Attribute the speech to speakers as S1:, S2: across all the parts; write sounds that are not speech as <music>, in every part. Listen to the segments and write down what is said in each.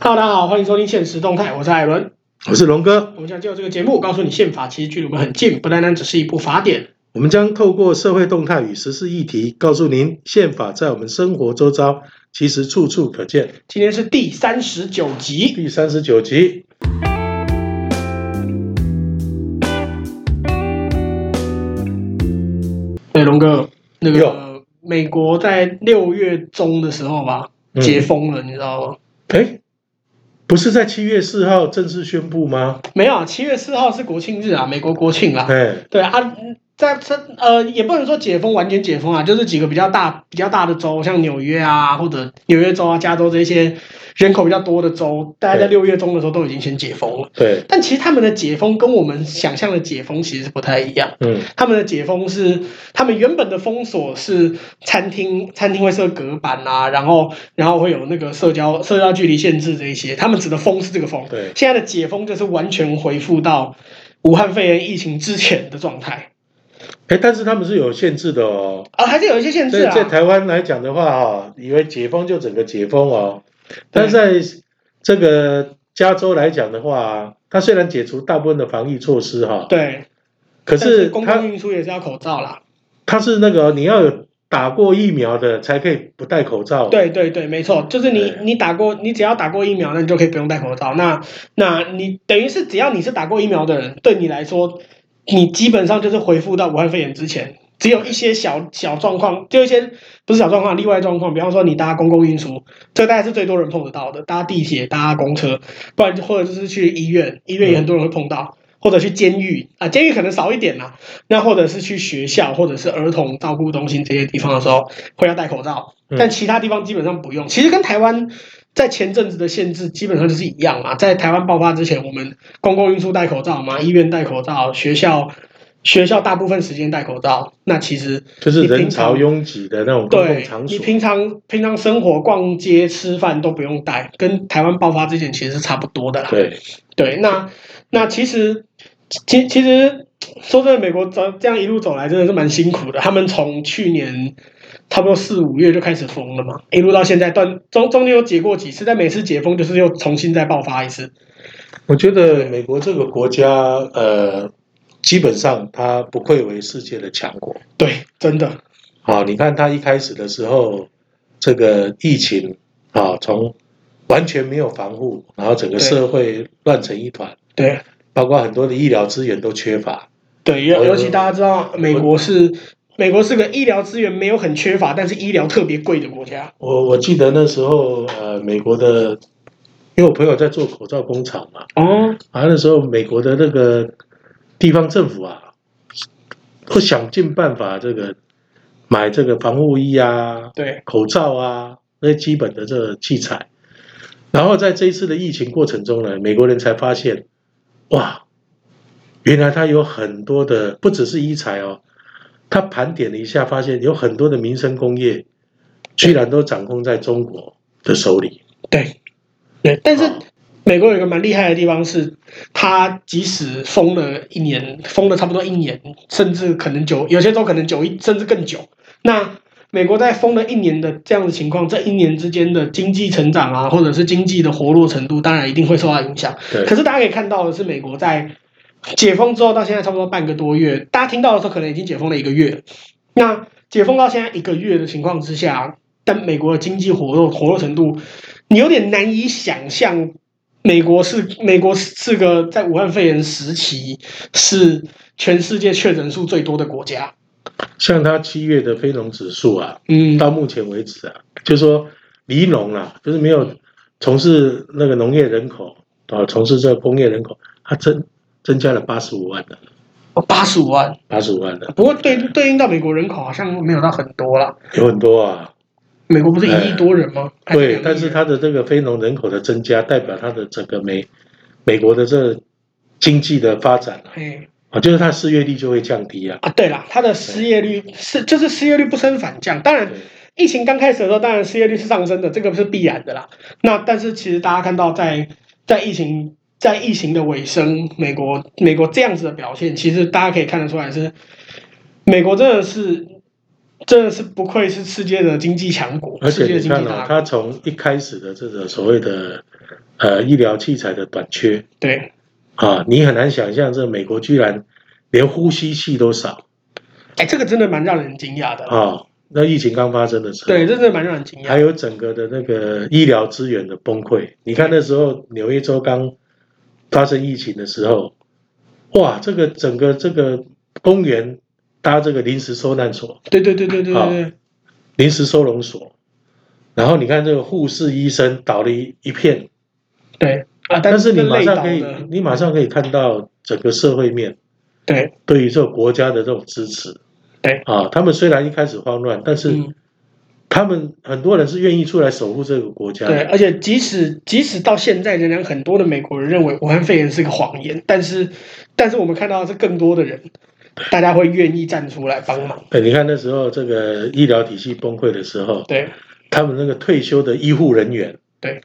S1: Hello，大家好，欢迎收听《现实动态》，我是艾伦。
S2: 我是龙哥，
S1: 我们想借由这个节目，告诉你宪法其实距离我们很近，不单单只是一部法典。
S2: 我们将透过社会动态与时事议题，告诉您宪法在我们生活周遭其实处处可见。
S1: 今天是第三十九集，
S2: 第三十九集，
S1: 对哎龙哥，那个
S2: 有
S1: 美国在六月中的时候吧，
S2: 嗯
S1: 解封了，你知道吗？
S2: 哎，不是在七月四号正式宣布吗？
S1: 没有啊，七月四号是国庆日啊，美国国庆啦。
S2: 哎，
S1: 对啊，嗯在这呃也不能说解封完全解封啊，就是几个比较大比较大的州，像纽约啊或者纽约州啊、加州这些人口比较多的州，大概在
S2: 对
S1: 六月中的时候都已经先解封了。
S2: 对，
S1: 但其实他们的解封跟我们想象的解封其实不太一样。
S2: 嗯，
S1: 他们的解封是，他们原本的封锁是餐厅，餐厅会设隔板啊，然后然后会有那个社交社交距离限制这一些，他们指的封是这个封。
S2: 对
S1: 现在的解封就是完全恢复到武汉肺炎疫情之前的状态，
S2: 哎，但是他们是有限制的哦。
S1: 啊，还是有一些限制
S2: 在
S1: 啊
S2: 在。台湾来讲的话，哈，以为解封就整个解封哦，但是在这个加州来讲的话，它虽然解除大部分的防疫措施哈，
S1: 对，
S2: 可
S1: 但
S2: 是
S1: 公
S2: 它
S1: 共运输也是要口罩啦。
S2: 它是那个你要有打过疫苗的才可以不戴口罩。，
S1: 对对对，没错，就是你
S2: 对
S1: 你打过，你只要打过疫苗，那你就可以不用戴口罩。那那你等于是只要你是打过疫苗的人，对你来说，你基本上就是恢复到武汉肺炎之前。只有一些小小状况，就一些不是小状况，例外状况，比方说你搭公共运输，这大概是最多人碰得到的，搭地铁、搭公车，不然就或者就是去医院，医院也很多人会碰到，或者去监狱啊，监狱可能少一点啦、那或者是去学校，或者是儿童照顾中心这些地方的时候，会要戴口罩，
S2: 嗯
S1: 但其他地方基本上不用。其实跟台湾在前阵子的限制基本上就是一样嘛。在台湾爆发之前，我们公共运输戴口罩嘛，医院戴口罩，学校学校大部分时间戴口罩。那其实
S2: 就是
S1: 你平
S2: 人潮
S1: 常
S2: 拥挤的那种公共
S1: 对
S2: 场，所
S1: 你。平常平常生活、逛街、吃饭都不用戴，跟台湾爆发之前其实是差不多的啦。
S2: 对，
S1: 对，那那其实其其实说真的，美国这这样一路走来真的是蛮辛苦的。他们从去年差不多四五月就开始封了嘛，一路到现在断中中间有解过几次，但每次解封就是又重新再爆发一次。
S2: 我觉得美国这个国家，呃，基本上它不愧为世界的强国。
S1: 对，真的，
S2: 啊，你看它一开始的时候，这个疫情啊，从完全没有防护，然后整个
S1: 对
S2: 社会乱成一团，
S1: 对
S2: 包括很多的医疗资源都缺乏。
S1: 对，尤
S2: 我
S1: 尤其大家知道，美国是美国是个医疗资源没有很缺乏，但是医疗特别贵的国家。
S2: 我我记得那时候，呃，美国的，因为我朋友在做口罩工厂嘛，
S1: 哦，
S2: 啊，那时候美国的那个地方政府啊，会想尽办法这个买这个防护衣啊、
S1: 对
S2: 口罩啊那些基本的这个器材。然后在这一次的疫情过程中呢，美国人才发现，哇，原来它有很多的不只是医材哦，他盘点了一下，发现有很多的民生工业，居然都掌控在中国的手里。
S1: 对对，但是
S2: 啊
S1: 美国有一个蛮厉害的地方是，它即使封了一年，封了差不多一年，甚至可能久，有些州可能久一，甚至更久。那美国在封了一年的这样的情况，这一年之间的经济成长啊，或者是经济的活络程度，当然一定会受到影响。
S2: 对
S1: 可是大家可以看到的是，美国在解封之后到现在差不多半个多月，大家听到的时候可能已经解封了一个月。那解封到现在一个月的情况之下，但美国的经济活络活络程度，你有点难以想象。美国是美国是个在武汉肺炎时期是全世界确诊数最多的国家。
S2: 像它七月的非农指数啊，
S1: 嗯，
S2: 到目前为止啊，就是说离农啊，就是没有从事那个农业人口啊，从事这个工业人口，它增增加了八十五万的，
S1: 八十五万。
S2: 八十五万的
S1: 不过对对应到美国人口好像没有到很多啦。
S2: 有很多啊。
S1: 美国不是一亿多人吗？还两亿啊
S2: 对，
S1: 人
S2: 但是它的这个非农人口的增加，代表它的整个美美国的这经济的发展啊，
S1: 嘿
S2: 啊，就是它失业率就会降低啊。
S1: 啊，对了，它的失业率是就是失业率不升反降，当然
S2: 对。
S1: 疫情刚开始的时候，当然失业率是上升的，这个是必然的啦。那但是其实大家看到在，在疫情在疫情的尾声，美国美国这样子的表现，其实大家可以看得出来是，美国真的是真的是不愧是世界的经济强国，
S2: 而且
S1: 世界
S2: 你
S1: 经济
S2: 看哦
S1: 大
S2: 啊，
S1: 国。
S2: 它从一开始的这个所谓的呃医疗器材的短缺
S1: 对，
S2: 啊，你很难想象这美国居然连呼吸器都少
S1: 哎，这个真的蛮让人惊讶的。
S2: 啊。那疫情刚发生的时候，
S1: 对，这真的蛮让人惊
S2: 还
S1: 讶。
S2: 有整个的那个医疗资源的崩溃。你看那时候纽约州刚发生疫情的时候，哇，这个整个这个公园搭这个临时收难所、
S1: 对对对对对
S2: 好
S1: 对对，
S2: 临时收容所，然后你看这个护士、医生倒了一一片，
S1: 对啊，
S2: 但是你
S1: 累
S2: 马
S1: 倒
S2: 上可以
S1: 的，
S2: 你马上可以看到整个社会面
S1: 对
S2: 对于这个国家的这种支持。
S1: 对
S2: 啊，他们虽然一开始慌乱，但是
S1: 哎嗯
S2: 他们很多人是愿意出来守护这个国家的。
S1: 对，啊而且即使即使到现在，仍然很多的美国人认为武汉肺炎是个谎言，但是但是我们看到的是更多的人，大家会愿意站出来帮忙。
S2: 哎对，你看那时候这个医疗体系崩溃的时候，
S1: 对
S2: 他们那个退休的医护人员，
S1: 对，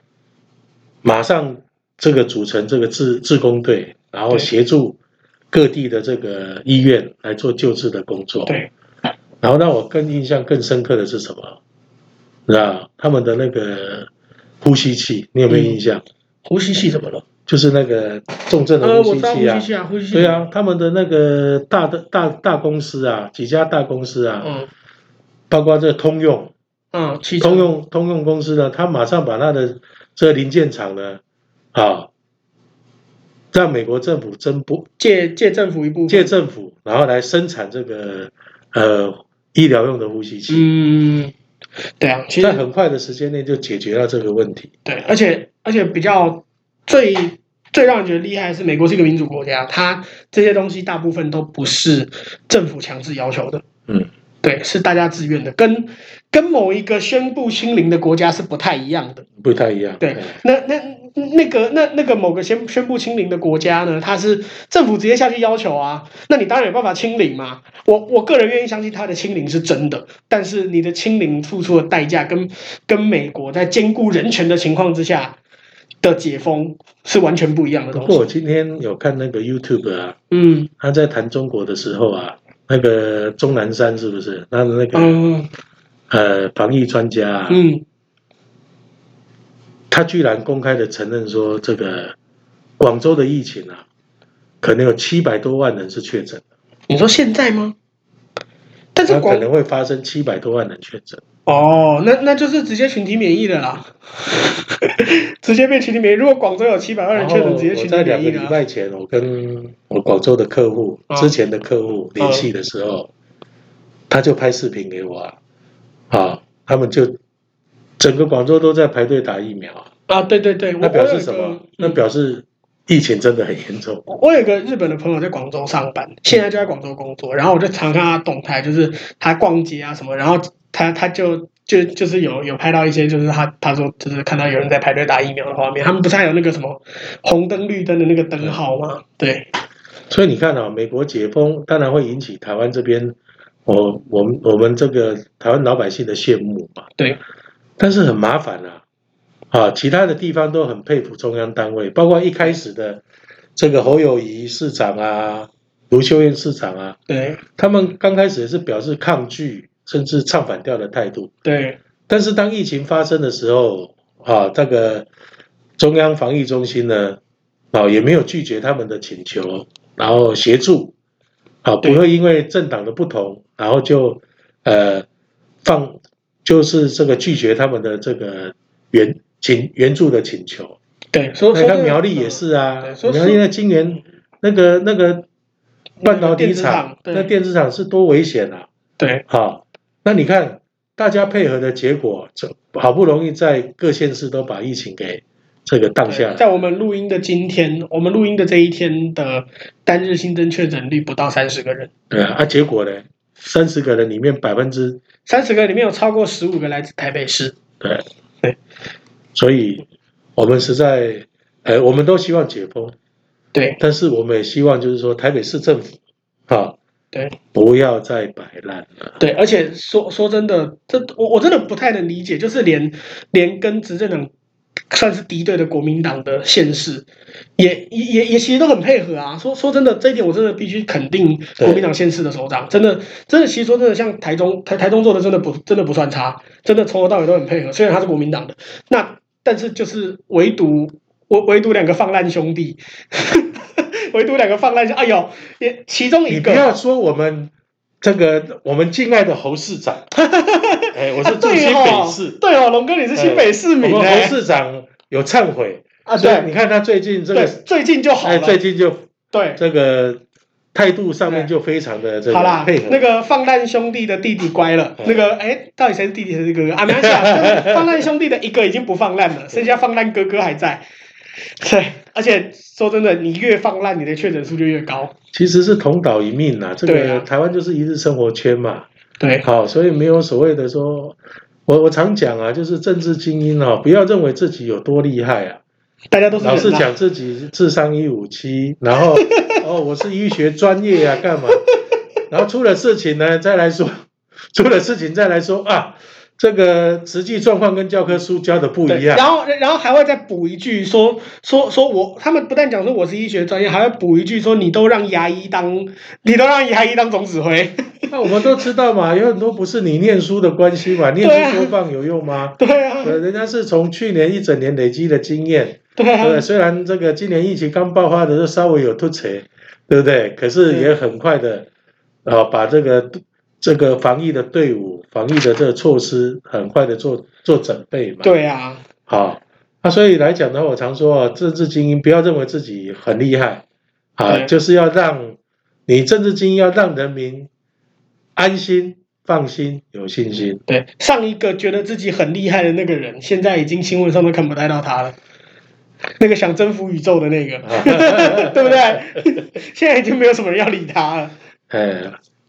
S2: 马上这个组成这个志志工队，然后
S1: 对
S2: 协助各地的这个医院来做救治的工作。，
S1: 对
S2: 然后让我更印象更深刻的是什么？那他们的那个呼吸器，你有没有印象？
S1: 呼吸器怎么了？
S2: 就是那个重症
S1: 嗯呃，
S2: 的呼
S1: 我
S2: 吸
S1: 知道呼
S2: 器啊
S1: 吸。器啊，呼吸器。
S2: 对，啊，他们的那个大的大大公司啊，几家大公司啊，
S1: 嗯
S2: 包括这个通用，
S1: 嗯，汽车
S2: 通用通用公司呢，它马上把它的这个零件厂呢，啊，让美国政府增拨
S1: 借借政府一部分。
S2: 借政府，然后来生产这个呃医疗用的呼吸器，
S1: 嗯，对啊，其
S2: 在
S1: 实
S2: 很快的时间内就解决了这个问题。
S1: 对，而且而且比较最最让人觉得厉害的是，美国是一个民主国家，它这些东西大部分都不是政府强制要求的，
S2: 嗯，
S1: 对，是大家自愿的，跟跟某一个宣布清零的国家是不太一样的。
S2: 不太一样。哎
S1: 对，那那那个那那个某个宣宣布清零的国家呢，它是政府直接下去要求啊，那你当然有办法清零嘛。我我个人愿意相信它的清零是真的，但是你的清零付出的代价跟跟美国在兼顾人权的情况之下的解封是完全不一样的
S2: 不
S1: 东
S2: 过
S1: 西。
S2: 我今天有看那个 YouTube 啊，
S1: 嗯
S2: 他在谈中国的时候啊，那个钟南山是不是他的那个、
S1: 嗯
S2: 呃防疫专家啊，
S1: 嗯，
S2: 他居然公开的承认说，这个广州的疫情啊，可能有七百多万人是确诊的，
S1: 你说现在吗？但是
S2: 它可
S1: 广
S2: 能会发生七百多万人确诊。
S1: 哦，那那就是直接群体免疫的啦， <laughs> 直接变群体免疫。如果广州有七百万人
S2: 然
S1: 确
S2: 后
S1: 诊，直接
S2: 我
S1: 群体
S2: 在
S1: 免
S2: 两
S1: 疫
S2: 个
S1: 的
S2: 礼
S1: 啊、
S2: 拜前，我跟我广州的客户
S1: 嗯
S2: 之前的客户联系的时候，他就拍视频给我啊，啊，他们就整个广州都在排队打疫苗啊，
S1: 啊，对对对，我
S2: 那表示什
S1: 我有一
S2: 么
S1: 个？嗯
S2: 那表示疫情真的很严重。
S1: 我我有一个日本的朋友在广州上班，现在就在广州工作，然后我就常看他动态，就是他逛街啊什么，然后他他就就就是有有拍到一些，就是他他说就是看到有人在排队打疫苗的画面，他们不是还有那个什么红灯绿灯的那个灯号吗？对，
S2: 所以你看啊，美国解封当然会引起台湾这边，我我们我们这个台湾老百姓的羡慕嘛。
S1: 对。
S2: 但是很麻烦啊，啊，其他的地方都很佩服中央单位，包括一开始的这个侯友谊市长啊、卢秀燕市长啊，
S1: 对
S2: 他们刚开始也是表示抗拒，甚至唱反调的态度。
S1: 对
S2: 但是当疫情发生的时候，啊，这个中央防疫中心呢，啊，也没有拒绝他们的请求，然后协助，啊，
S1: 对
S2: 不会因为政党的不同，然后就呃放，就是这个拒绝他们的这个援请援助的请求。
S1: 对，所以
S2: 那
S1: 说
S2: 你看
S1: 这个
S2: 苗栗也是啊
S1: 对，说
S2: 苗栗那今年那个那个半导体厂，
S1: 那个电子厂对
S2: 那电子厂是多危险啊！
S1: 对
S2: 好，那你看大家配合的结果，这好不容易在各县市都把疫情给这个荡下
S1: 对，
S2: 来，
S1: 在我们录音的今天，我们录音的这一天的单日新增确诊率不到三十个人。
S2: 对啊，啊结果呢，三十个人里面百分之
S1: 三十个里面有超过十五个来自台北市。
S2: 对
S1: 对，
S2: 所以我们实在，呃，我们都希望解封，
S1: 对
S2: 但是我们也希望就是说台北市政府，啊，
S1: 对
S2: 不要再摆烂了，
S1: 对，而且说说真的，这我我真的不太能理解，就是连连跟执政党算是敌对的国民党的县市，也也也也其实都很配合啊。说说真的，这一点我真的必须肯定
S2: 对
S1: 国民党县市的首长，真的真的，其实说真的，像台中台台中做的真的不真的不算差，真的从头到尾都很配合。虽然他是国民党的，那但是就是唯独唯唯独两个放烂兄弟， <laughs> 唯独两个放烂兄，哎呦，也其中一
S2: 你不
S1: 个
S2: 要说我们这个我们敬爱的侯市
S1: <laughs>
S2: 长，哎，我是住新北市，
S1: 啊对哦，龙哥你是新北市民
S2: 我们
S1: 哎
S2: 侯市长有忏悔，
S1: 啊，
S2: 所以你
S1: 对
S2: 看他最近这
S1: 对，
S2: 个，
S1: 最近就好
S2: 哎，
S1: 了，
S2: 最近就
S1: 对，
S2: 这个态度上面就非常的这
S1: 好啦
S2: 个配，合
S1: 那。个放烂兄弟的弟弟乖了，
S2: 嗯
S1: 那个哎，到底谁是弟弟谁是哥哥啊？没关系啊，
S2: <laughs>
S1: 就是放烂兄弟的一个已经不放烂
S2: 哎
S1: 了，剩下放烂哥哥还在。对，而且说真的，你越放烂，你的确诊数就越高。
S2: 其实是同岛一命呐，这
S1: 对啊
S2: 个台湾就是一日生活圈嘛，
S1: 对，
S2: 好，所以没有所谓的说，我我常讲啊，就是政治精英啊，不要认为自己有多厉害啊，
S1: 大家都是人、
S2: 老
S1: 啊、
S2: 是讲自己智商一五七，然后 <laughs> 哦我是医学专业啊，
S1: <laughs>
S2: 干嘛？然后出了事情呢，再来说， <laughs> 出了事情再来说啊，这个实际状况跟教科书教的不
S1: 对，
S2: 一样
S1: 然。后，然后还会再补一句说说说我，他们不但讲说我是医学专业，还会补一句说你都让牙医当，你都让牙医当总指挥。
S2: 那我们都知道嘛，有很多不是你念书的关系
S1: <laughs>
S2: 嘛，
S1: 对啊
S2: 念书多棒有用吗？
S1: 对啊，
S2: 呃，人家是从去年一整年累积的经验，
S1: 对啊，
S2: 对，虽然这个今年疫情刚爆发的时候稍微有突锤，对不对？可是
S1: 嗯
S2: 也很快的，啊，把这个这个防疫的队伍、防疫的这个措施，很快的做做准备嘛。，
S1: 对啊，
S2: 好，那所以来讲呢，我常说啊，政治精英不要认为自己很厉害啊，
S1: 对
S2: 就是要让你政治精英要让人民安心、放心、有信心。
S1: 对，上一个觉得自己很厉害的那个人，现在已经新闻上都看不太到他了。那个想征服宇宙的那个， <laughs> 对不对？现在已经没有什么人要理他了。
S2: 哎，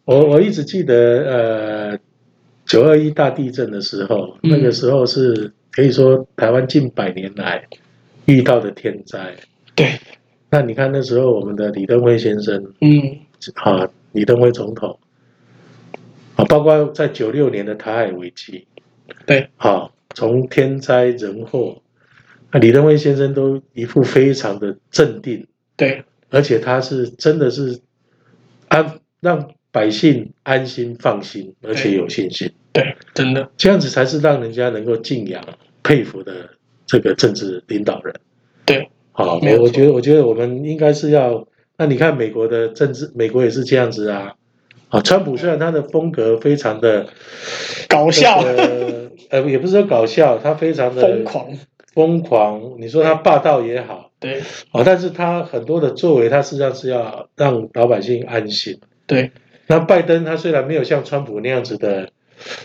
S2: 我我一直记得，呃，九二一大地震的时候，
S1: 嗯
S2: 那个时候是可以说台湾近百年来遇到的天灾。
S1: 对，
S2: 那你看那时候我们的李登辉先生
S1: 嗯，
S2: 啊，李登辉总统啊，包括在九六年的台海危机，
S1: 对，
S2: 啊，从天灾人祸，那李登辉先生都一副非常的镇定，
S1: 对，
S2: 而且他是真的是安让百姓安心放心，而且有信心，
S1: 对，真的，
S2: 这样子才是让人家能够敬仰佩服的这个政治领导人。
S1: 对，
S2: 好，
S1: 没有
S2: 我我
S1: 错
S2: 觉得我觉得我们应该是要，那你看美国的政治，美国也是这样子啊。啊，川普虽然他的风格非常的
S1: 搞笑、
S2: 这个呃，也不是说搞笑，他非常的
S1: 疯狂，
S2: 疯狂。你说他霸道也好，
S1: 对，
S2: 啊，但是他很多的作为，他实际上是要让老百姓安心。
S1: 对，
S2: 那拜登他虽然没有像川普那样子的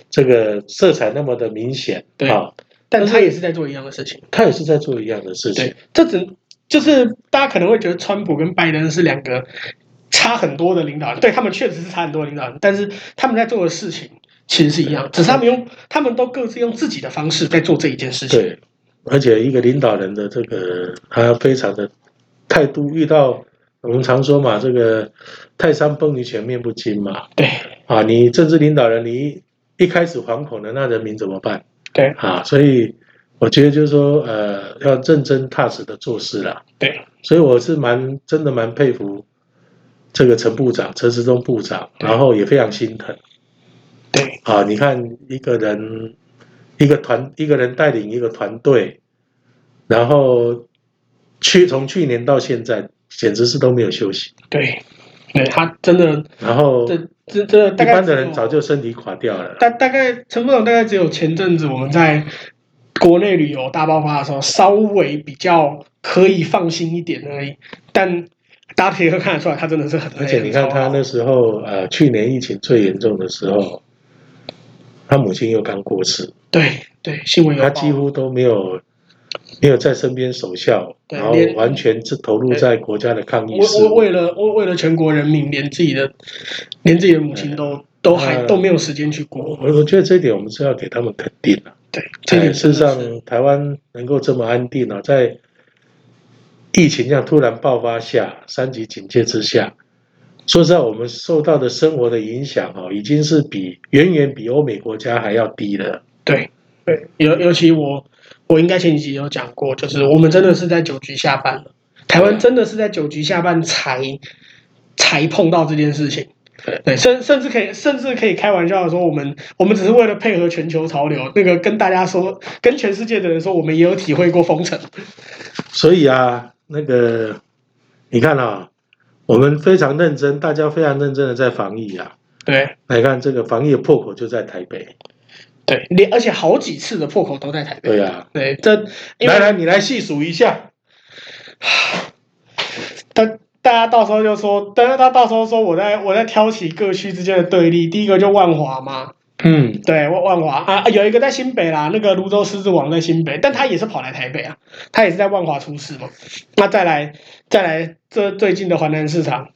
S2: 这个色彩那么的明显，
S1: 对
S2: 啊，
S1: 但他也是在做一样的事情。
S2: 他也是在做一样的事情
S1: 对。，这只就是大家可能会觉得川普跟拜登是两个差很多的领导人，对他们确实是差很多的领导人，但是他们在做的事情其实是一样，只是他们用他们都各自用自己的方式在做这一件事情。
S2: 对，而且一个领导人的这个他非常的态度，遇到我们常说嘛，这个泰山崩于前面不惊嘛，
S1: 对
S2: 啊，你政治领导人你一开始惶恐了，那人民怎么办？
S1: 对
S2: 啊，所以我觉得就是说，呃，要认真踏实的做事啦。
S1: 对
S2: 所以我是蛮真的蛮佩服这个陈部长、陈时中部长，
S1: 对
S2: 然后也非常心疼
S1: 对
S2: 啊！你看一个人，一个团，一个人带领一个团队，然后去从去年到现在，简直是都没有休息。
S1: 对对，他真的
S2: 然后
S1: 这
S2: 一
S1: 这这大概
S2: 般的
S1: 只有
S2: 人早就身体垮掉了啦。
S1: 大大概陈部长大概只有前阵子我们在国内旅游大爆发的时候，稍微比较可以放心一点而已，但大家可以看得出来，他真的是很累。
S2: 而且你看他那时候，呃，去年疫情最严重的时候，他母亲又刚过世，
S1: 对对，新闻有
S2: 他
S1: 报
S2: 几乎都没有没有在身边守孝，
S1: 对
S2: 然后
S1: 连
S2: 完全是投入在国家的抗疫
S1: 我
S2: 事
S1: 啊我
S2: 务。
S1: 为了我为了全国人民，连自己的连自己的母亲
S2: 嗯
S1: 都都还都没有时间去
S2: 我
S1: 过。
S2: 我我觉得这一点我们是要给他们肯定的。
S1: 对，这
S2: 哎
S1: 点
S2: 事实
S1: 真的
S2: 上
S1: 是，
S2: 台湾能够这么安定啊，在疫情这样突然爆发下，三级警戒之下，说实在，我们受到的生活的影响哦，已经是比远远比欧美国家还要低了。
S1: 对对，尤尤其我我应该前几集有讲过，就是我们真的是在酒局下半了，台湾真的是在酒局下半才才碰到这件事情。对，甚甚至可以甚至可以开玩笑的说，我们我们只是为了配合全球潮流，那个跟大家说，跟全世界的人说，我们也有体会过封城。
S2: 所以啊，那个你看啊，我们非常认真，大家非常认真的在防疫啊。
S1: 对
S2: 来看这个防疫的破口就在台北，
S1: 对，连而且好几次的破口都在台北。
S2: 对啊。
S1: 对，这因
S2: 来
S1: 为
S2: 来，你来细数一下。
S1: 大大家到时候就说，但是他到时候说我在我在挑起各区之间的对立，第一个就万华嘛，
S2: 嗯，
S1: 对，万万华啊，啊有一个在新北啦，那个泸州狮子王在新北，但他也是跑来台北啊，他也是在万华出事嘛。那再来再来，这最近的华南市场，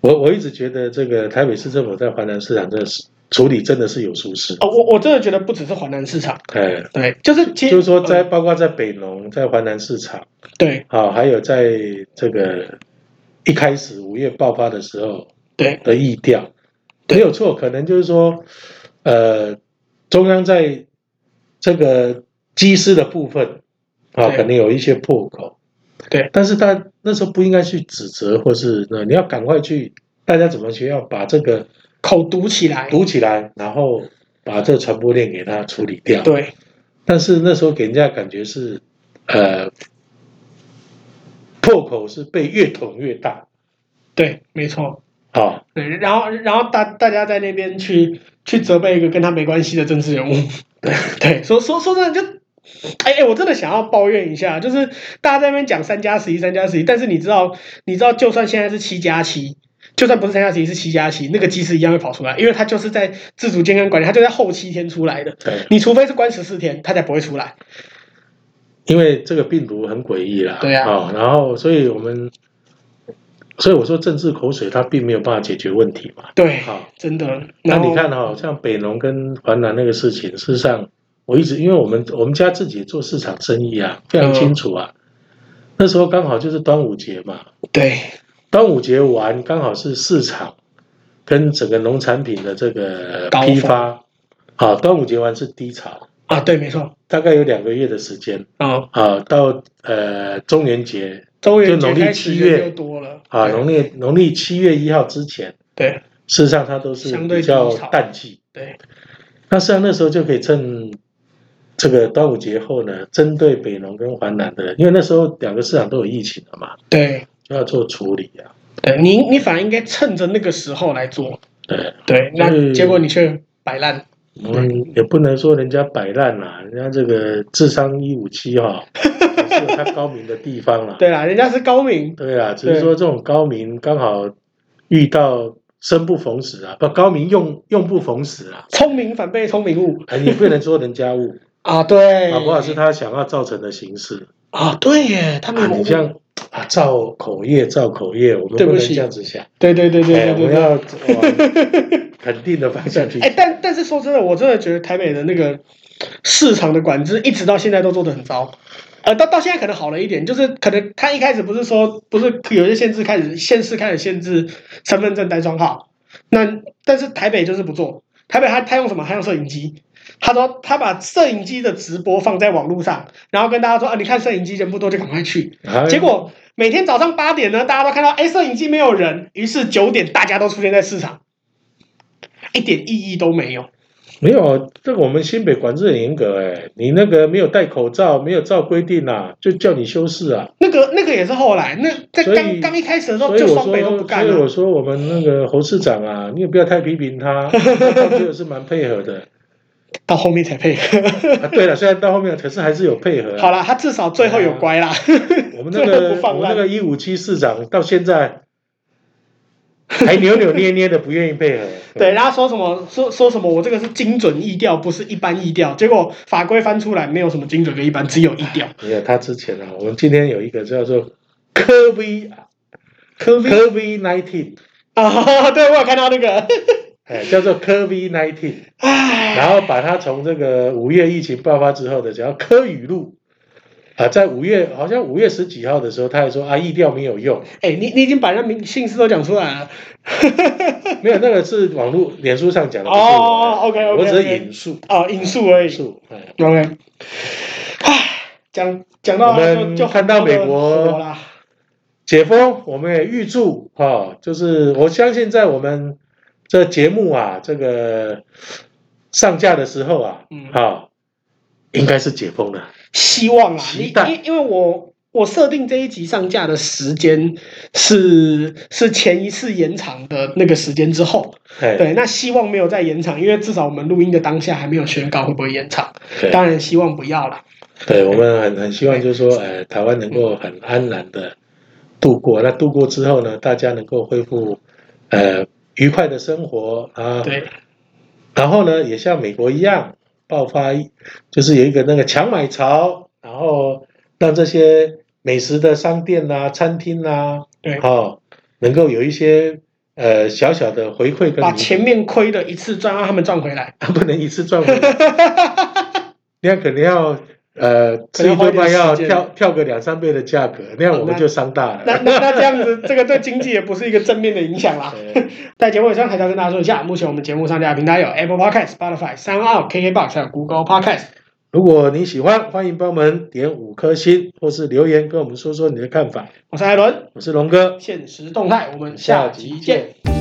S2: 我我一直觉得这个台北市政府在华南市场这个处理真的是有疏失。
S1: 哦，我我真的觉得不只是华南市场，
S2: 哎，
S1: 对，就是其实
S2: 就是说在
S1: 呃
S2: 包括在北农、在华南市场
S1: 对
S2: 啊，还有在这个一开始五月爆发的时候
S1: 对
S2: 的意调，
S1: 对
S2: 没有错，可能就是说，呃，中央在这个机师的部分啊，
S1: 对
S2: 可能有一些破口，
S1: 对，
S2: 但是他那时候不应该去指责，或是呃那你要赶快去，大家怎么去要把这个
S1: 口堵起来，
S2: 堵起来，然后把这个传播链给它处理掉，
S1: 对
S2: 但是那时候给人家感觉是，呃，破口是被越捅越大，
S1: 对，没错，
S2: 啊、
S1: 对，然后然后大大家在那边去去责备一个跟他没关系的政治人物，对，说说说真的就。哎哎，我真的想要抱怨一下，就是大家在那边讲三加十一、三加十一，但是你知道，你知道，就算现在是七加七，就算不是三加十一，是七加七，那个鸡是一样会跑出来，因为它就是在自主健康管理，它就在后七天出来的。
S2: 对，
S1: 你除非是关十四天，它才不会出来。
S2: 因为这个病毒很诡异啦，
S1: 对啊
S2: 哦然后所以我们，所以我说政治口水它并没有办法解决问题嘛，
S1: 对，
S2: 好、
S1: 真的。
S2: 那
S1: 然后
S2: 你看哈、像北农跟环南那个事情，事实上我一直因为我们我们家自己做市场生意啊，
S1: 嗯
S2: 非常清楚啊，那时候刚好就是端午节嘛，
S1: 对
S2: 端午节完刚好是市场跟整个农产品的这个
S1: 高峰
S2: 批发，啊，端午节完是低潮，
S1: 啊，对，没错
S2: 大概有两个月的时间
S1: 啊，
S2: 啊，到呃中元节
S1: 中元
S2: 就
S1: 节
S2: 农历
S1: 开始
S2: 七月
S1: 人就多了
S2: 啊，
S1: 对
S2: 农历农历七月一号之前，
S1: 对
S2: 事实上它都是
S1: 相对
S2: 比较
S1: 低潮
S2: 淡季。
S1: 对
S2: 那实际上那时候就可以趁这个端午节后呢，针对北农跟环南的，因为那时候两个市场都有疫情了嘛，
S1: 对
S2: 就要做处理啊。
S1: 对，你你反而应该趁着那个时候来做，
S2: 对，
S1: 对，那
S2: 嗯
S1: 结果你却摆烂，
S2: 我们嗯也不能说人家摆烂啦，人家这个智商一五七哈，还是有他高明的地方啦。
S1: <laughs> 对啦，人家是高明，
S2: 对啊，只是说这种高明刚好遇到生不逢时啊，不高明用用不逢时啊，
S1: 聪明反被聪明误
S2: 哎你不能说人家误，
S1: 啊， <laughs> 对，
S2: 搞不好是他想要造成的形式
S1: 啊，对耶，他
S2: 啊。
S1: 们
S2: 你这样啊，造口业，造口业，我们
S1: 对
S2: 不
S1: 不
S2: 能
S1: 起
S2: 这样子想。
S1: 对对对对
S2: 哎，我们
S1: 对
S2: 要
S1: 对
S2: 往肯定的方向去
S1: 对，。 <laughs> 哎，但但是说真的，我真的觉得台北的那个市场的管制一直到现在都做得很糟。呃，到到现在可能好了一点，就是可能他一开始不是说不是有一些限制开始县市开始限制身份证单双号，那但是台北就是不做，台北他他用什么？他用摄影机，他说他把摄影机的直播放在网络上，然后跟大家说啊，你看摄影机人不多就赶快去。
S2: 哎
S1: 结果每天早上八点呢，大家都看到哎摄影机没有人，于是九点大家都出现在市场，一点意义都没有。
S2: 没有，这个我们新北管制很严格哎，你那个没有戴口罩，没有照规定啊，就叫你休市啊。
S1: 那个那个也是后来，那在
S2: 所以
S1: 刚刚一开始的时候，
S2: 所以
S1: 就
S2: 我
S1: 双
S2: 说，
S1: 北都不
S2: 所
S1: 干
S2: 以我
S1: 了。
S2: 说我们那个侯市长啊，你也不要太批评
S1: <laughs>
S2: 他，他真的是蛮配合的
S1: 到后面才配合。 <laughs>
S2: 啊。对了，虽然到后面，可是还是有配合、啊
S1: 好，啦，他至少最后有乖啦。
S2: 我们
S1: 最
S2: 那
S1: 后
S2: 个
S1: 不
S2: 我
S1: 放
S2: 们那
S1: 烂
S2: 个一五七市长到现在还扭扭捏捏的，不愿意配合。
S1: <laughs> 对，然后说什么说说什么，我这个是精准意调，不是一般意调。结果法规翻出来，没有什么精准跟一般，只有意调。
S2: 没有他之前啊，我们今天有一个叫做 COVID
S1: 科 V
S2: COVID nineteen，
S1: 啊， <laughs> 对我有看到那个，
S2: 哎，叫做 COVID nineteen。
S1: 唉，
S2: 然后把它从这个五月疫情爆发之后的，只要科语录啊，在五月好像五月十几号的时候，他还说啊，疫调没有用，
S1: 哎，你你已经把人家名姓氏都讲出来了。 <laughs>
S2: 没有那个是网络脸书上讲的，不是我啊
S1: 哦，OK，OK，OK
S2: 我只是引述
S1: 哦，引述而
S2: 引
S1: 已。
S2: 述。哎
S1: OK，唉，讲讲到
S2: 我们
S1: 就就
S2: 看到美国
S1: 火啦。
S2: 解封，我们也预祝哈、哦就是我相信在我们这节目啊，这个上架的时候啊，
S1: 嗯
S2: 啊、应该是解封了。
S1: 希望啊，
S2: 期
S1: 你
S2: 待
S1: 因因为我我设定这一集上架的时间是是前一次延长的那个时间之后，
S2: 哎，
S1: 对，那希望没有再延长，因为至少我们录音的当下还没有宣告会不会延长，
S2: 对
S1: 当然希望不要啦。
S2: 对，我们很很希望就是说，呃，台湾能够很安然的度过。那度过之后呢，大家能够恢复呃愉快的生活啊。
S1: 对，
S2: 然后呢，也像美国一样爆发，就是有一个那个强买潮，然后让这些美食的商店啊、餐厅啊，
S1: 对
S2: 哦，能够有一些呃小小的回馈跟
S1: 把
S2: 礼
S1: 前面亏的一次赚，让他们赚回来。
S2: <laughs> 物，不能一次赚回来，那样可能要。呃，
S1: 可
S2: 吃
S1: 能
S2: 一
S1: 花
S2: 顿
S1: 一点
S2: 饭要
S1: 时间
S2: 跳跳个两三倍的价格，那样我们
S1: 那
S2: 就伤大
S1: 那
S2: 了。
S1: 那那这样子，这个对经济也不是一个正面的影响
S2: <laughs>
S1: 啦。
S2: 对
S1: 在节目尾声，还是要跟大家说一下，目前我们节目上架的平台有 Apple Podcast、Spotify、三奥、KKBox 还有 Google Podcast。
S2: 如果你喜欢，欢迎帮我们点五颗星，或是留言跟我们说说你的看法。
S1: 我是艾伦，
S2: 我是龙哥，
S1: 现实动态，我们下集见。
S2: 下集见